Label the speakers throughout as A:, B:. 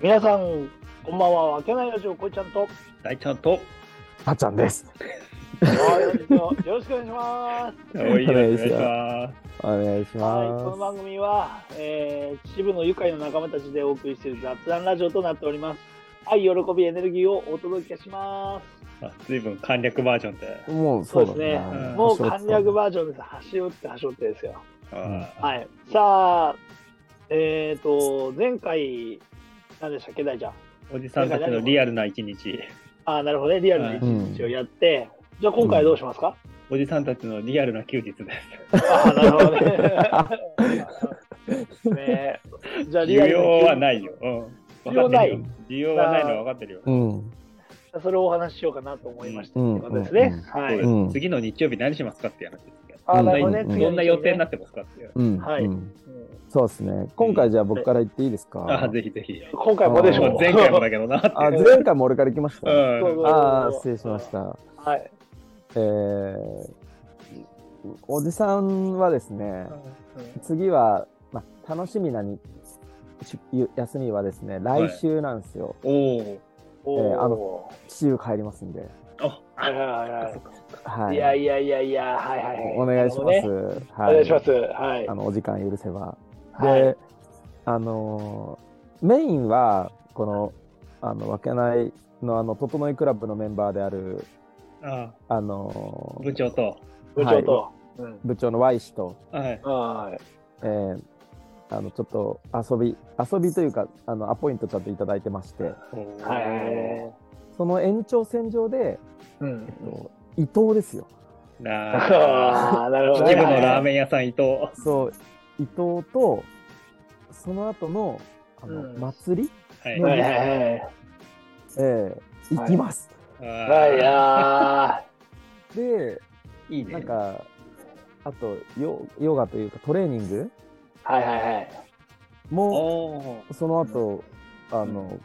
A: 皆さん、こんばんは。わけないラジオ、こいちゃんと。
B: 大ちゃんと、
C: あっちゃんです。
A: はいよろしくお願いします。
B: おいお願いし
C: お
B: ま。
C: お願いし
A: はい、この
C: ま
A: 番組は、えー、秩父の愉快な仲間たちでお送りしている雑談ラジオとなっております。愛、喜び、エネルギーをお届けします
B: あ、随分簡略バージョンで。
C: す。もう
A: す。そ
C: そうう
A: です
C: だ
A: ね
B: う。ん
C: ね。
A: もう簡略バージョンです。橋打って橋打ってですよ。
B: あ
A: はい。さあ、えっ、ー、と、前回、何でしたっけ、大ちゃん。
B: おじさんたちのリアルな一日。
A: ああ、なるほどね。リアルな一日をやって、じゃあ今回はどうしますか、
B: おじさんたちのリアルな休日です。
A: ああ、なるほどね。ねじゃあ
B: 需
A: リアルな
B: 要はないよ。うん。
A: 需要ない
B: わかってるよ需要はないのは分かってるよ。
C: うん。
A: それをお話ししようかなと思いました。
C: う
A: っ
C: ん
A: てことですね。は
B: そう
A: い
B: です。
C: うん
B: 次の日曜日何しますかっていう話ですけど。
A: あ
C: う
A: ー
C: ん
A: なるほどね。
C: うん
A: 次の
B: どん
A: 日
B: な予定になってますかっていう。
C: うん。
A: はい
C: うん
A: うん
C: そうですね。今回じゃあ僕から言っていいですか。
B: あ、ぜひぜひ。
A: 今回もでし
C: あ
A: ょ
C: ー。
B: 前回もだ けどなって。
C: あ前回も俺から行きまし
B: う
C: た。
B: ん。
C: ああ、失礼しまし。た。
A: はい。
C: えー、おじさんはですね、
A: うん
C: 次は、ま、楽しみなにしゆ休みはですね、来週なんですよ。
B: おお。
A: お
C: えーあ
A: お。
C: 秩父帰りますんで。
B: あ、
A: はいはいはい
B: そっかそっか
C: は
A: はい。
C: い。
A: いやいやいやいや、はいはいはい。
C: お願いします。
A: なるほどね
C: は
A: お願いします。はい
C: あ。のお時間許せば。で、
A: はい
C: あのーメインはこのあのわけないのあの整いクラブのメンバーである
B: あ
C: あのー
B: 部長と。
A: 部長と。うん
C: 部長の Y 氏と、
B: はい。
A: はい。
C: えーあのちょっと遊び遊びというかあのアポイントちょっといただいてまして
A: はいはいはい。
C: その延長線上で、
A: うん。
C: えっと伊藤ですよ
B: い。なあ。
A: ああ、なるほど
B: 秩
A: ね。
B: 父のラーメン屋さん伊藤。
C: そう伊藤とその後のあの、
A: うん
C: 祭り、
B: はい。
A: はいはいはい。
C: えー行きます、
A: はい、
B: は
A: あ
C: で
B: い。いいね。
C: なんか、あとヨ、ヨガというかトレーニング
A: ーはいはいはい。
C: も、
B: お
C: その後、あの、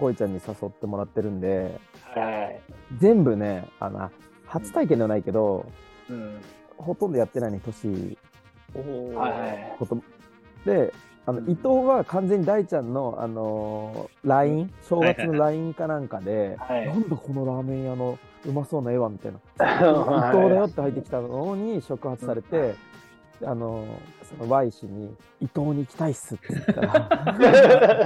C: ゴイちゃんに誘ってもらってるんで、
A: はいはいはい。
C: 全部ね、あの、初体験ではないけど、
A: うん。
C: ほとんどやってないね、年
B: お。
A: はいはい。
C: こと。で、あの、
A: うん
C: 伊藤は完全に大ちゃんの、あのー、LINE、正月の LINE かなんかで、
A: はい
C: なんだこのラーメン屋のうまそうな絵はみたいな。伊
A: 伊
C: 藤だよって入ってきたのに触発されて、あのその Y 氏に「伊藤に行きたいっす」って言ったら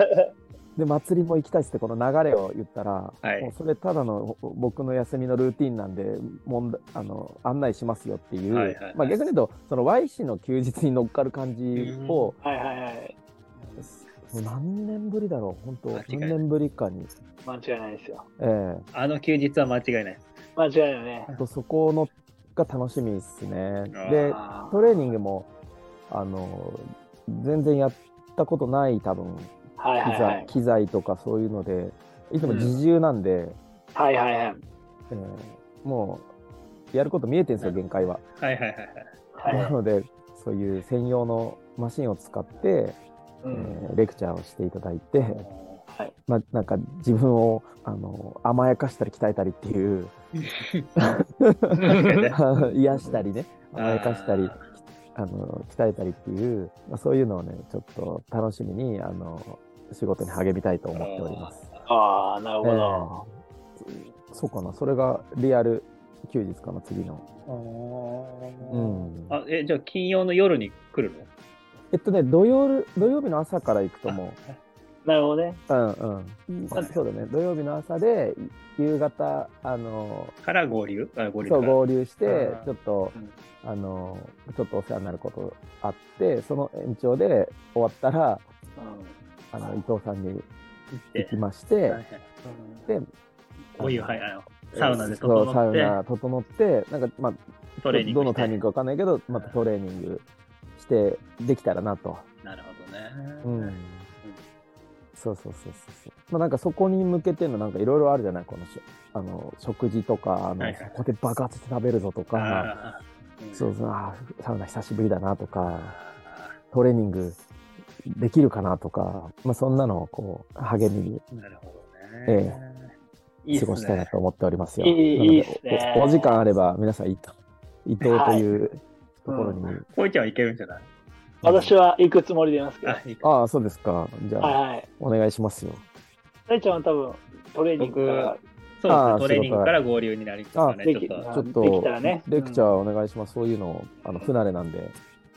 C: で祭りも行きたいっすってこの流れを言ったら、
B: はい
C: もうそれただのほ僕の休みのルーティンなんで問題あの案内しますよっていう、
B: はいはいはい
C: まあ、逆に言うとその Y 氏の休日に乗っかる感じを、
A: はいはいはい。
C: もう何年ぶりだろう本当
B: 間違い
C: 何
B: ない
C: 年ぶりかに、
A: 間違いないですよ。
C: ええ
B: あの休日は間違いない。
A: 間違いないね。
C: とそこのが楽しみですね。
B: あ
C: で
A: あー
C: トレーニングもあの全然やったことない多分機
A: はい
C: 材,、
A: はいはい。
C: 機材とかそういうのでいつも自重なんで、
A: はいはいはい。
C: えーもうやること見えてるんですよ限界は。
B: はいはいはいはい。
C: な
A: はい
C: のでそういう専用のマシンを使って、
A: う
C: え
A: ん
C: ーレクチャーをしていただいて、
A: はい
C: まあ、なんか自分をあの甘やかしたり鍛えたりっていう 癒したりね甘やかしたりあの鍛えたりっていう、まあ、そういうのをねちょっと楽しみにあの仕事に励みたいと思っております。
A: ああ、なるほど。
C: えーそうかなそれがリアル休日かな次の、うん、
B: あ、え、じゃあ金曜の夜に来るの
C: えっとね土曜土曜日の朝から行くとも
A: なるほどね。
C: う、うんうん、あそうだね土曜日の朝で夕方あの
B: から合流あ、合流
C: そう
B: か。
C: 合流して
B: うん
C: ちょっと
A: うん
C: あのちょっとお世話になることあってその延長で終わったらあの伊藤さんに
B: 行っ
C: 行
B: て
C: き。まして、
B: はいはい
C: で
B: お湯、
C: あの
B: はい、あの、サウナで
C: そうサ
B: 整っ
C: ウ
B: て、
C: ナ整ってなんかまあ
B: トレーニング
C: ど
B: し
C: の
B: て。
C: タイミングかわかんないけどまたトレーニングしてできたらなと、
B: なる
C: う
B: ほど
C: ん
B: ね。
C: そうそうそうそうそうまあなんかそこに向けてのなんかいろいろあるじゃないこのしあの食事とかあの、
B: はいはい
C: ここで爆発して食べるぞとか
B: あー
C: そうそうあーサウナ久しぶりだなとか
B: あ
C: トレーニングできるかなとか、まあ、そんなのをこう励みに
B: ーなるほどね。いいっ
C: 過
B: す
C: ごしたいな
B: ね。
C: と思っておりますよ。
A: いい
C: なので
A: いいっすね
C: おおお時間あれば皆さん伊藤伊藤というところに。
B: こいちゃんはいけるんじゃない
A: 私は行くつもりでいますけど。は
B: あ、いいか
C: ああそうですか。じゃあ、
A: いはい。
C: お願いしますよ。
A: 大ちゃんは多分トレーニングから
B: そうです
C: あ
B: ね
C: ー
B: トレーニングから合流になりそうです
A: で
B: ね、
A: き
B: ちょっと
C: ちょっ
A: で
C: と
A: きたらね。
C: レクチャーお願いします。そういうの、あの、不慣れなんで、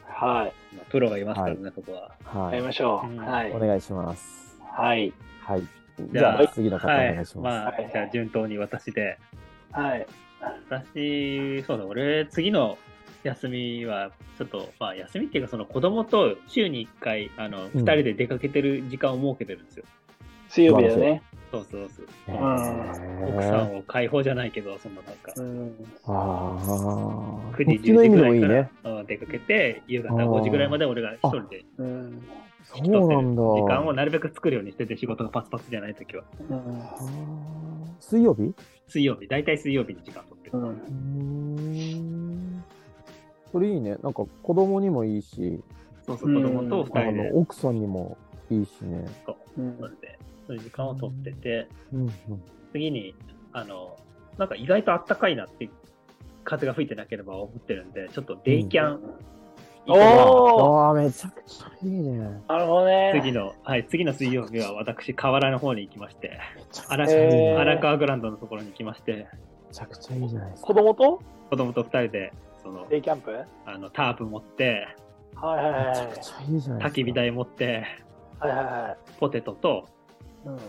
A: はい。
B: まあプロがいますからね、そこは。
C: は
A: やり
C: い。
A: ましょう。
B: うん
A: はい
C: お。願いします。
A: はい。
C: はい。
B: じ
C: じ
B: ゃあ
C: ゃあ、次の方お
B: はい
C: 願いし、ます。
B: まあ、じゃあ順当に私で。
A: はい。
B: 私、そうだ、俺、次の休みは、ちょっと、まあ、休みっていうか、その子供と週に1回、あの、2人で出かけてる時間を設けてるんですよ。
A: 水曜日だよね。
B: そうそうそう。
C: え
A: う
B: 奥さんを解放じゃないけど、そのなんか、
A: うん。
C: ああ。こ
B: 9
C: っ
B: 時、
C: ち
B: 10
C: の
B: 時
C: 意味
B: ぐ
C: で
B: ら
C: もい
B: い
C: い
B: か
C: ね
B: ら。うん出かけて、夕方5時ぐらいまで俺が一人で
A: うん。
C: そ
B: 引き取っ
C: う
B: て
C: な
B: る
C: んだ。
B: 時間をなるべく作るようにしてて、仕事がパツパツじゃないときは。
A: うん
C: あー水曜日
B: 水曜日、大体水曜日に時間取ってる。
A: うん
C: うーん。それいいね。なんか子供にもいいし、
B: そうそう、子供と
C: あ
B: 2人で
C: の、奥さんにもいいしね。
A: うん
B: それで、そういう時間を取ってて、
C: うんうん。
B: 次に、あの、なんか意外とあったかいなって、風が吹いてなければ思ってるんで、ちょっとデイキャン、
A: うんおー
C: ああ、めちゃくちゃいいね。
A: なるほどね。
B: 次の、はい、次の水曜日は私、河原の方に行きまして、
C: めちゃく
B: 荒
C: ちゃいいね
A: えー
B: 川荒川グラウンドのところに行きまして、
C: めちゃくちゃいいじゃないですか。
A: 子供と
B: 子供と二人で、その
A: デ、イキャンプはい
B: あの、タープ持って、
A: はいはい
C: め
A: は
C: ちゃ
A: い
C: くちゃいいじゃないですか。
B: 焚き火。台持って、
A: はいはいは
B: ポテトと、
A: い。うん
C: あ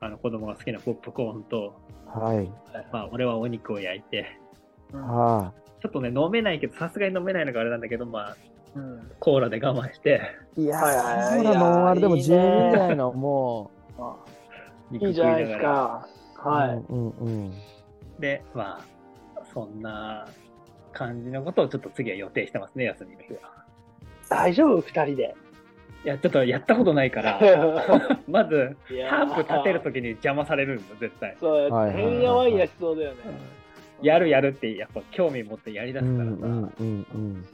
C: あ
B: あの、子供が好きなポップコーンと、
C: はい。
B: まあ、俺はお肉を焼いて、
C: あ
B: ちょっとね、飲めないけど、さすがに飲めないのがあれなんだけど、まあ、
A: うん
B: コーラで我慢して、
C: あ。いや
A: はいはいはい
C: ー、そうなの。あれでも
A: いい
C: 十
A: ね
C: 分ぐらいの、も
A: あ
B: 肉
A: いいじゃないですか。
C: う。
A: はい。
C: うんうん
B: で、まあ、そんな感じのことをちょっと次は予定してますね、休みの日は。
A: 大丈夫二人 で。
B: いや、ちょっとやったことないから、 まず、
A: いや
B: ハープ立てるときに邪魔されるんだ、絶対。
A: そう
C: は
A: や
C: い
A: って、
C: はいはいはい
A: てんやわんやしそうだよね。
B: やるやるって、やっぱ興味持ってやりだ
C: う
B: す
C: ん。
B: からさ、
C: うんうんうん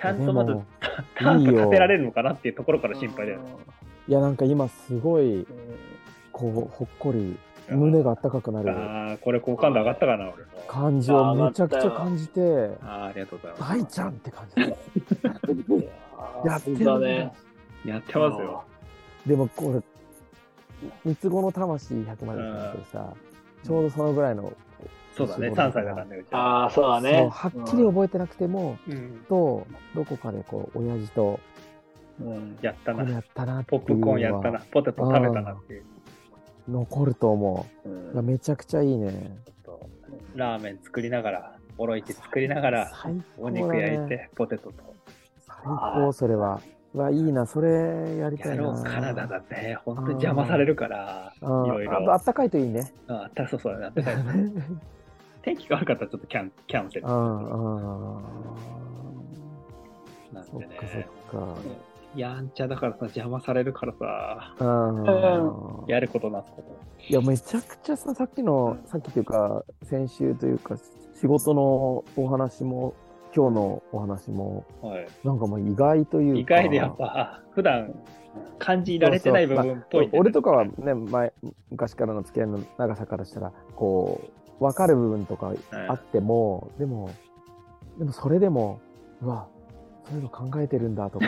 B: ちゃんとまず
C: でも
B: タタープ立てられるのかなっていうところから心配だよね。
C: いやなんか今すごい
A: うん。
C: こうほっこり胸が温かくなる
B: ああ、これ好感度上がったかな、俺も。
C: 感じをめちゃくちゃ感じて
B: ああ、ありがとうございます。
C: 大ちゃんって感じやってるん
A: だ
C: だ
A: ね
C: ね。
B: やってますよ。
C: でもこれ三つ子の魂100までじゃなくてさちょうどそのぐらいの
B: そうだね、3歳だからね、うちは。
A: ああ、そうだ
C: そ
A: ね
C: う。はっきり覚えてなくても
B: うん、
C: とどこかでこう親父と
A: うん
B: やった
C: これや
B: な。
C: ったなって
B: ポ
C: い
B: ップ
C: う
B: コーンや
C: の
B: ったな
C: は。
B: ポテト食べたなっていう。
C: 残ると思
A: う
C: ういや
A: ん。
C: めちゃくちゃいいね
B: ちょっとラーメン作りながら、おろいち作りながら、
C: 最
B: お
C: 高だ
B: 肉焼い
C: ね
B: て、ポテトと。
C: 最高それは。うわいいなそれやりた
B: や
C: いな。
B: ろう、カナダだってね、本当に邪魔されるから、い
C: うん
B: ろい
C: ああ
B: ろ
C: っ。たかいといい ね。
B: あ、たそうそう、やってたいですね天気が悪かったらちょっとキャンキャンセル
C: う。んうん。
B: なん
C: そ
B: で
C: っか
B: ね。
C: そっ
B: やんちゃだからさ、邪魔されるからさ、
C: か。うん。
B: やることなすこと。
C: いやめちゃくちゃささっきのさっきというか先週というか仕事のお話も今日のお話も
B: はい
C: なんかもう意外というか。
B: 意外でやっぱ、普段感じられてない部分っぽいんだよね、
C: 俺とかはね前昔からの付き合いの長さからしたらこう分かる部分とかあっても、でもでもそれでもうわそういうの考えてるんだ とか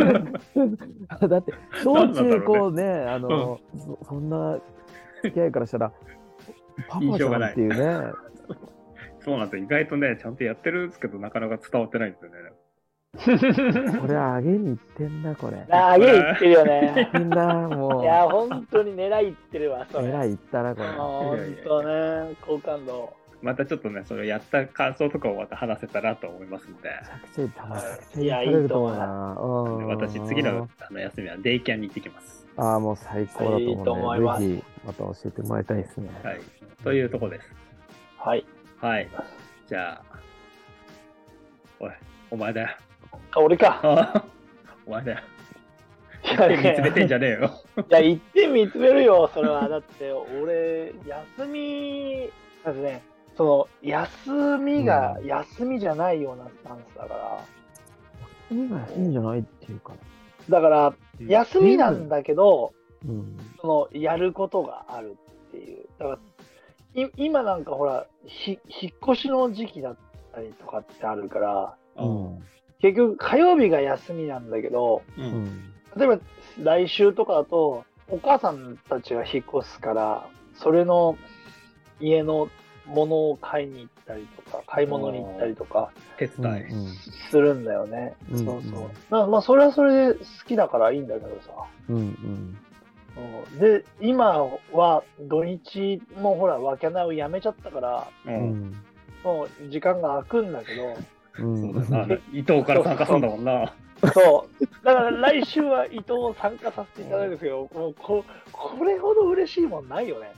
C: だって小
B: なんなんだ
C: 中
B: ろ
C: こうねあの、そそんな付き合いからしたらパパじゃんっていうね
B: そうなんですよ意外とね、ちゃんとやってるんですけど、なかなか伝わってないんですよね。
C: これあげにいってんだこれ
A: ああ、家行ってるよ ね。
C: みんなも
A: いうや、本当に狙い行ってるわ、それ。
C: えらいいったなこれ
A: あー。本当ね、好感度。
B: またちょっとね、それをやった感想とかをまた話せたらと思いますので、
C: めちゃくちゃいいたま
A: いや
C: れると思うな。うん
B: 私、次のあの休みはデイキャンに行ってきます。
C: ああ、もう最高だと思う、ね。
A: いいと思います
C: ぜひ、また教えてもらいたいですね。
B: はい。というとこです。
A: はい。
B: はい。じゃあ、おい、お前だよ。
A: あ俺か。
B: あお前だよ。
A: い
B: 手
A: や、
B: 見
A: ね
B: つめてんじゃねえよ。
A: いや、一点見つめるよ、それ は。だって、俺、休み、なんかね、その、休みが、
C: う
A: 休みじゃないようなスタンスだから。
C: 意味がいいんじゃないっていうか。
A: だから、
B: うん
A: 休みなんだけど、
C: うん。
A: その、やることがあるっていう。だから、い今なんかほら、ひ、引っ越しの時期だったりとかってあるから、
C: う
B: うん
C: ん。
A: 結局火曜日が休みなんだけど、
B: う。
C: うんん。
A: 例えば来週とかだと、お母さんたちが引っ越すから、それの家のものを買いに行ったりとか、買い物に行ったりとか
B: 手伝い。
C: うんうん
A: するんだよね。
C: うん。
A: そうそううんまあ、まあ、それはそれで好きだからいいんだけどさ。
C: うんうん
A: うんで、今は土日もほら、わけないをやめちゃったから、
B: う
C: うんん
A: もう時間が空くんだけど、
C: うん
B: そうだな。伊藤から参加するんだもんな。
A: そう。だから来週は伊藤を参加させていただくんですけど、もうここれほど嬉しいもんないよね。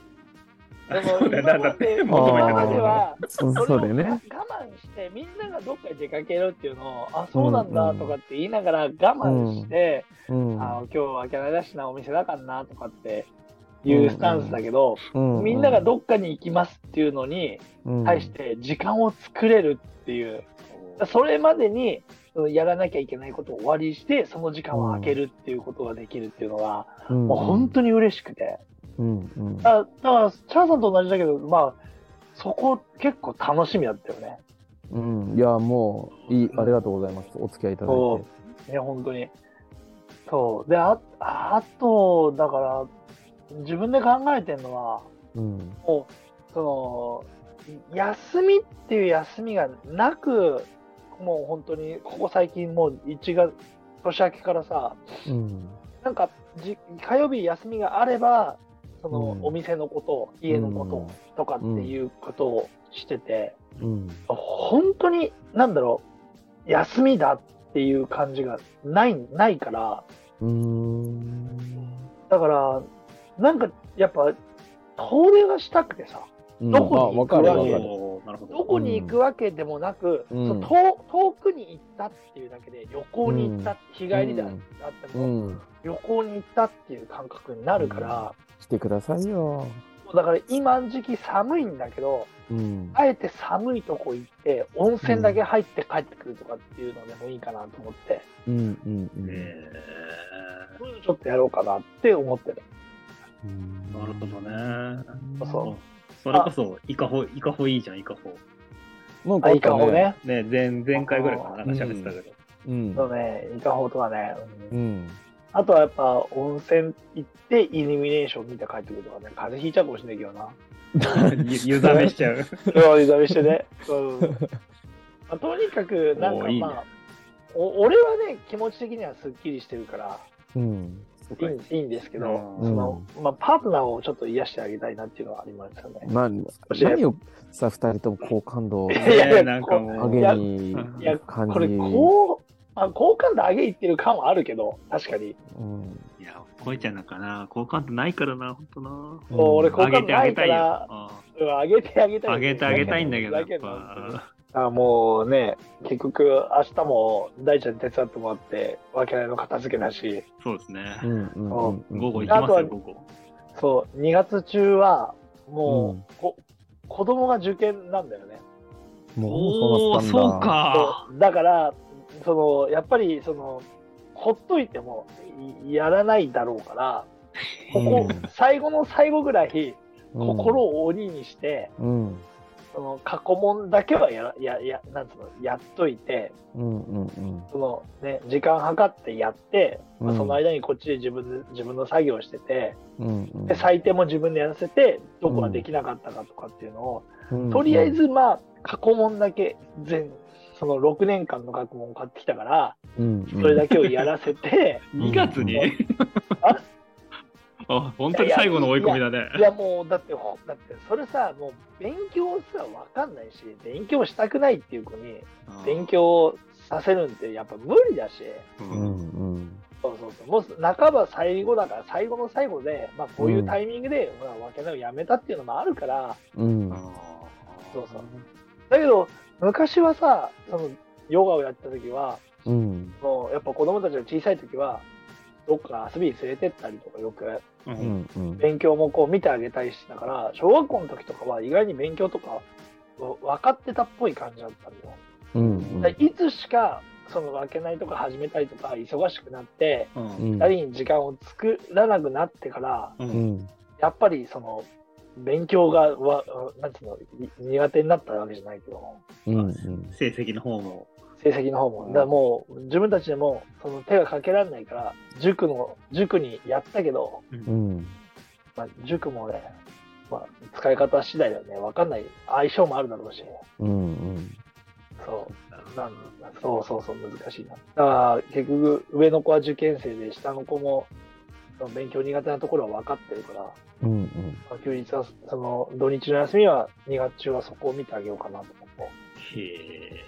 A: でも
B: そうだよな
A: 今まで
B: だって
A: 今
C: 求めてた
A: までは
C: そう
A: そ
C: そうだ
A: れ
C: よ
A: を我
C: ね。
A: 慢してみんながどっかに出かけるっていうのをあそうなんだとかって言いながら我慢して、
C: うん
A: あ今日はキャラだしなお店だからなとかっていうスタンスだけど、
C: う
A: みんながどっかに行きますっていうのに
C: うん
A: 対して時間を作れるっていうそれまでにうんやらなきゃいけないことを終わりしてその時間を空けるっていうことができるっていうのは、
C: うん
A: もう本当に嬉しくて。
C: うんうん
A: あだから、チャーさんと同じだけど、まあ、そこ結構楽しみだったよね。
C: うんいやもういいありがとうございますお付き合いいただい
A: そ
C: て
A: う。ね、本当に。そう。で、ああと、だから、自分で考えてるのは、
C: うん
A: もう、その、休みっていう休みがなく、もう本当に、ここ最近もう1月、年明けからさ、
C: うん
A: なんかじ、火曜日休みがあれば、その、
C: うん
A: お店のこと、家のこととかっていうことをしてて、
C: うん
A: 本当に、なんだろう、休みだっていう感じがない、ないから、
C: うん
A: だから、なんか、やっぱ、遠出がしたくてさ、
C: うん
A: どこに
C: あわかるわかる
B: おーなるほど。
A: どこに行くわけでもなく、
C: うん
A: その遠遠くに行ったっていうだけで、旅行に行った、
C: うん
A: 日帰りであっても、
C: うん
A: 旅行に行ったっていう感覚になるから、
C: 来てくださいよ
A: だから今の時期寒いんだけど、
C: うん
A: あえて寒いとこ行って、温泉だけ入って帰ってくるとかっていうのでもいいかなと思って、
C: うんうんうん
B: えー
A: そういうのちょっとやろうかなって思ってる。
C: うん
B: なるほどね。
A: そう
B: それこそ、イカホ、イカホいいじゃん、イカホ。
C: なんか
A: あ、
C: あ
A: イ
C: っ
A: カ
C: た
A: ホね。
B: ね、前、前回ぐらいかな、なんか喋ってたけど。
C: うん
A: そうね、イカホとかね、う
C: うんん
A: あとはやっぱ温泉行ってイルミネーション見て帰ってくるとかね、風邪ひいちゃうかもしれないけどな。
B: ゆ湯冷めしちゃう。
A: そういう旅してね。 うんまあ、とにかく、なんか
B: おーいいね
A: まあお俺はね、気持ち的にはすっきりしてるから、
C: うん
A: いいいいんですけど、
C: うん
A: そのまあ、パートナーをちょっと癒してあげたいなっていうのはありますよね。
C: 何
A: 少し
C: 何をさ二人とも好感度を
A: いやいや
B: ねなんかも
C: 上
B: う。
C: げ
A: や
C: に
A: いや
C: 感じ
A: これ、こう、まあ、好感度上げいってる感はあるけど、確かに。
C: うん
B: いや、こえちゃんなんかな、好感度ないからな、ほんとな。
C: うん
A: そう俺こ好
B: あ
A: 感度
B: げてあげたい
A: ないか
B: よ。うん
A: うん上げてあげたい。
B: あげてあげたいんだけど、やっ
A: けど
B: ぱ。
A: あもうね、結局、明日も大ちゃんに手伝ってもらって、わけないの片付けだし、
B: そうですね
C: う。んうんうんうん
B: 午後行きます
A: あとは
B: よ、午後。
A: そう、2月中は、
C: う
A: も
C: ん
A: う、こ子供が受験なんだよね。
C: も
B: お
C: う
B: おー、
C: そうな
B: そう
C: ったんだ。
B: か。
A: そうだから、その、やっぱり、その、ほっといても、いやらないだろうから、ここ
C: うん、
A: 最後の最後ぐらい、
C: うん
A: 心を鬼にして、
C: うん
A: その、過去問だけはやら、や、や、なんつうの、やっといて、
C: うんうんうん
A: そのね、時間計ってやって、まあ
C: うん
A: その間にこっちで自分で自分の作業してて
C: うんうん
A: で採点も自分でやらせてどこができなかったかとかっていうのを、
C: うん
A: とりあえずまあ過去問だけ全その6年間の過去問を買ってきたから
C: うん
A: それだけをやらせて、
C: うん
B: 2月に
A: あ
B: あ、本当に最後の追い込みだね。
A: いやもうだってほだってそれさもう勉強さわかんないし勉強したくないっていう子に勉強をさせるんってやっぱ無理だし。
B: う。
C: うんんうん
A: そうそうそう。もう半ば最後だから、最後の最後で、まあこういうタイミングで、ほら、わけないをやめたっていうのもあるから、
C: うん
B: あー
A: そうそう。だけど、昔はさ、その、ヨガをやった時は、
C: うん
A: もうやっぱ子供たちが小さい時は、どっか遊びに連れてったりとかよく
B: うん
C: うんうん
A: 勉強もこう見てあげたりしてたから小学校の時とかは意外に勉強とかわ分かってたっぽい感じだったんだよ。
C: うん
A: だからいつしかその分けないとか始めたりとか忙しくなって
B: う
C: うん
A: 二
C: ん
A: 人に時間を作らなくなってから
B: う
C: うんん
A: やっぱりその勉強がわうんなんつうのい苦手になったわけじゃないけど
C: うんうん
B: 成績の方も
A: 成績の方も。だからもう、自分たちでも、その手がかけられないから、塾の、塾にやったけど、
C: うん。
A: まあ、塾もね、まあ、使い方次第だよね。わかんない。相性もあるだろうし。
C: うん。うん。
A: そう。なんそうそうそう、難しいな。だから、結局、上の子は受験生で、下の子も、その勉強苦手なところは分かってるから、
C: うん。うん。
A: まあ休日は、その、土日の休みは、2月中はそこを見てあげようかなと思って。
B: へえ。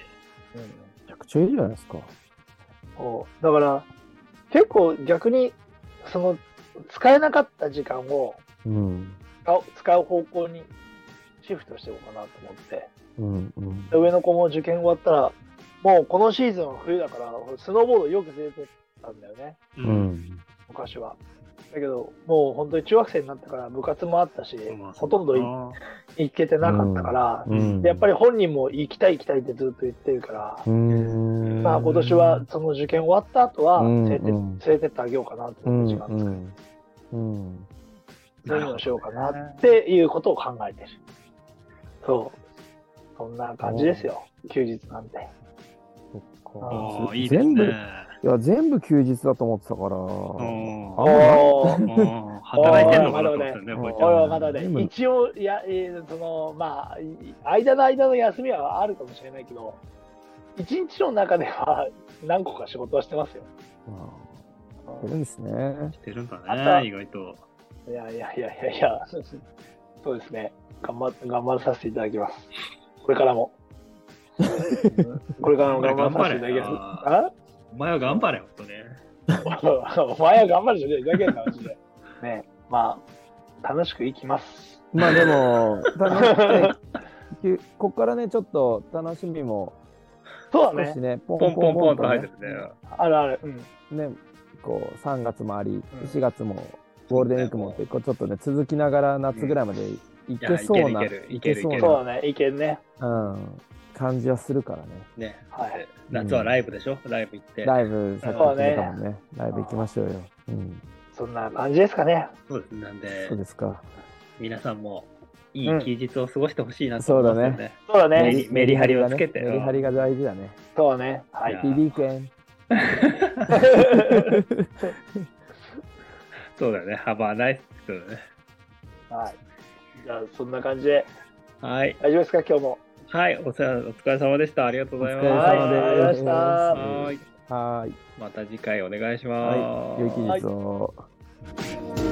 A: うん。
C: めちゃくちゃいいじゃないですか。
A: そう。だから、結構逆に、その、使えなかった時間を
C: うん。
A: 使う、使う方向にシフトしていこうかなと思って。
C: うん。うん。
A: 上の子も受験終わったら、もうこのシーズンは冬だから、スノーボードよく出てたんだよね。
B: う
C: う。ん。
A: 昔は。だけど、もう本当に中学生になってから部活もあったし、ほとんどい
B: あ
A: 行けてなかったから、
C: うん。
A: でやっぱり本人も行きたい行きたいってずっと言ってるから、
C: うん。
A: まあ今年は、その受験終わった後は
C: うん
A: 連れて、
C: うん
A: 連れてってあげようかなって
C: う
A: 思
C: ん。
A: う時
C: う
A: 間作って、
C: ん。うん。
A: そういうのをしようかなっていうことを考えてる。そう。そんな感じですよ、休日なんて。
C: そっ
B: あ
C: か
B: あ、いいですね。
C: 全部、いや、全部休日だと思ってたから。
B: うん
C: あ
A: おー
B: うん働いてんのかなと思ったよね、
C: おい
B: こいつ
A: おい
B: は
A: おいまだね
C: でも、
A: 一応、いや、えーその、まあ、い間の間の休みはあるかもしれないけど、一日の中では何個か仕事はしてますよ。
C: あすごいですね。
B: してるんだ
A: あと
B: ね、意外と。
A: いやいやいやいやいや、そうですね。頑張っ頑張らさせていただきます。これからも。うんこれからも頑張らさせていただきま
B: お前は頑張れよ、ほんとね。
A: す。あ お前は頑張るじゃねえ、ふざけんな、マジで。ねまあ、楽しく生きます。
C: まあでも、楽しくて、ここからね、ちょっと楽しみも
A: そうだ
C: 少し
A: ね。
C: ね、ポン
B: ポンポンポンと入って
C: ね
B: るね。
A: あるある。うん。
C: ね、こう3月もあり、
A: うん
C: 4月もゴールデンウィークも結構ちょっとね続きながら夏ぐらいまでい
B: いや
C: けそうない
B: けるいけるいけるいける
A: そうだね、意見ね。
C: うん、感じはするからね。
B: ね、
A: はい
B: 夏はライブでしょ、ライブ行って。
C: ライブさっき言ってたもんね。ライブ行きましょうよ。うん、
A: そんな感じですかね。
B: そうですなんで
C: そう、ですか。
B: 皆さんもいい休日を過ごしてほしいなと
C: うん
B: 思いますよ
C: そ
A: そ
B: ね。
C: うだ
A: うだ
B: メ
A: ね。
B: リメリハリをつけて
C: メリハリが大事だね。
A: そうね。はいい
B: や。
C: ビビケン。
B: そうだよね、幅ないっすよね。
A: はい。じゃあ、そんな感じで、
B: はい、
A: 大丈夫ですか、今日も。
B: はい、お世話お疲れ様でした。ありがとうございます。
C: お疲れ様です
A: はいありがとうございました
B: は
C: はいい。
B: また次回お願いします。
C: はい。良い期日を。
A: はい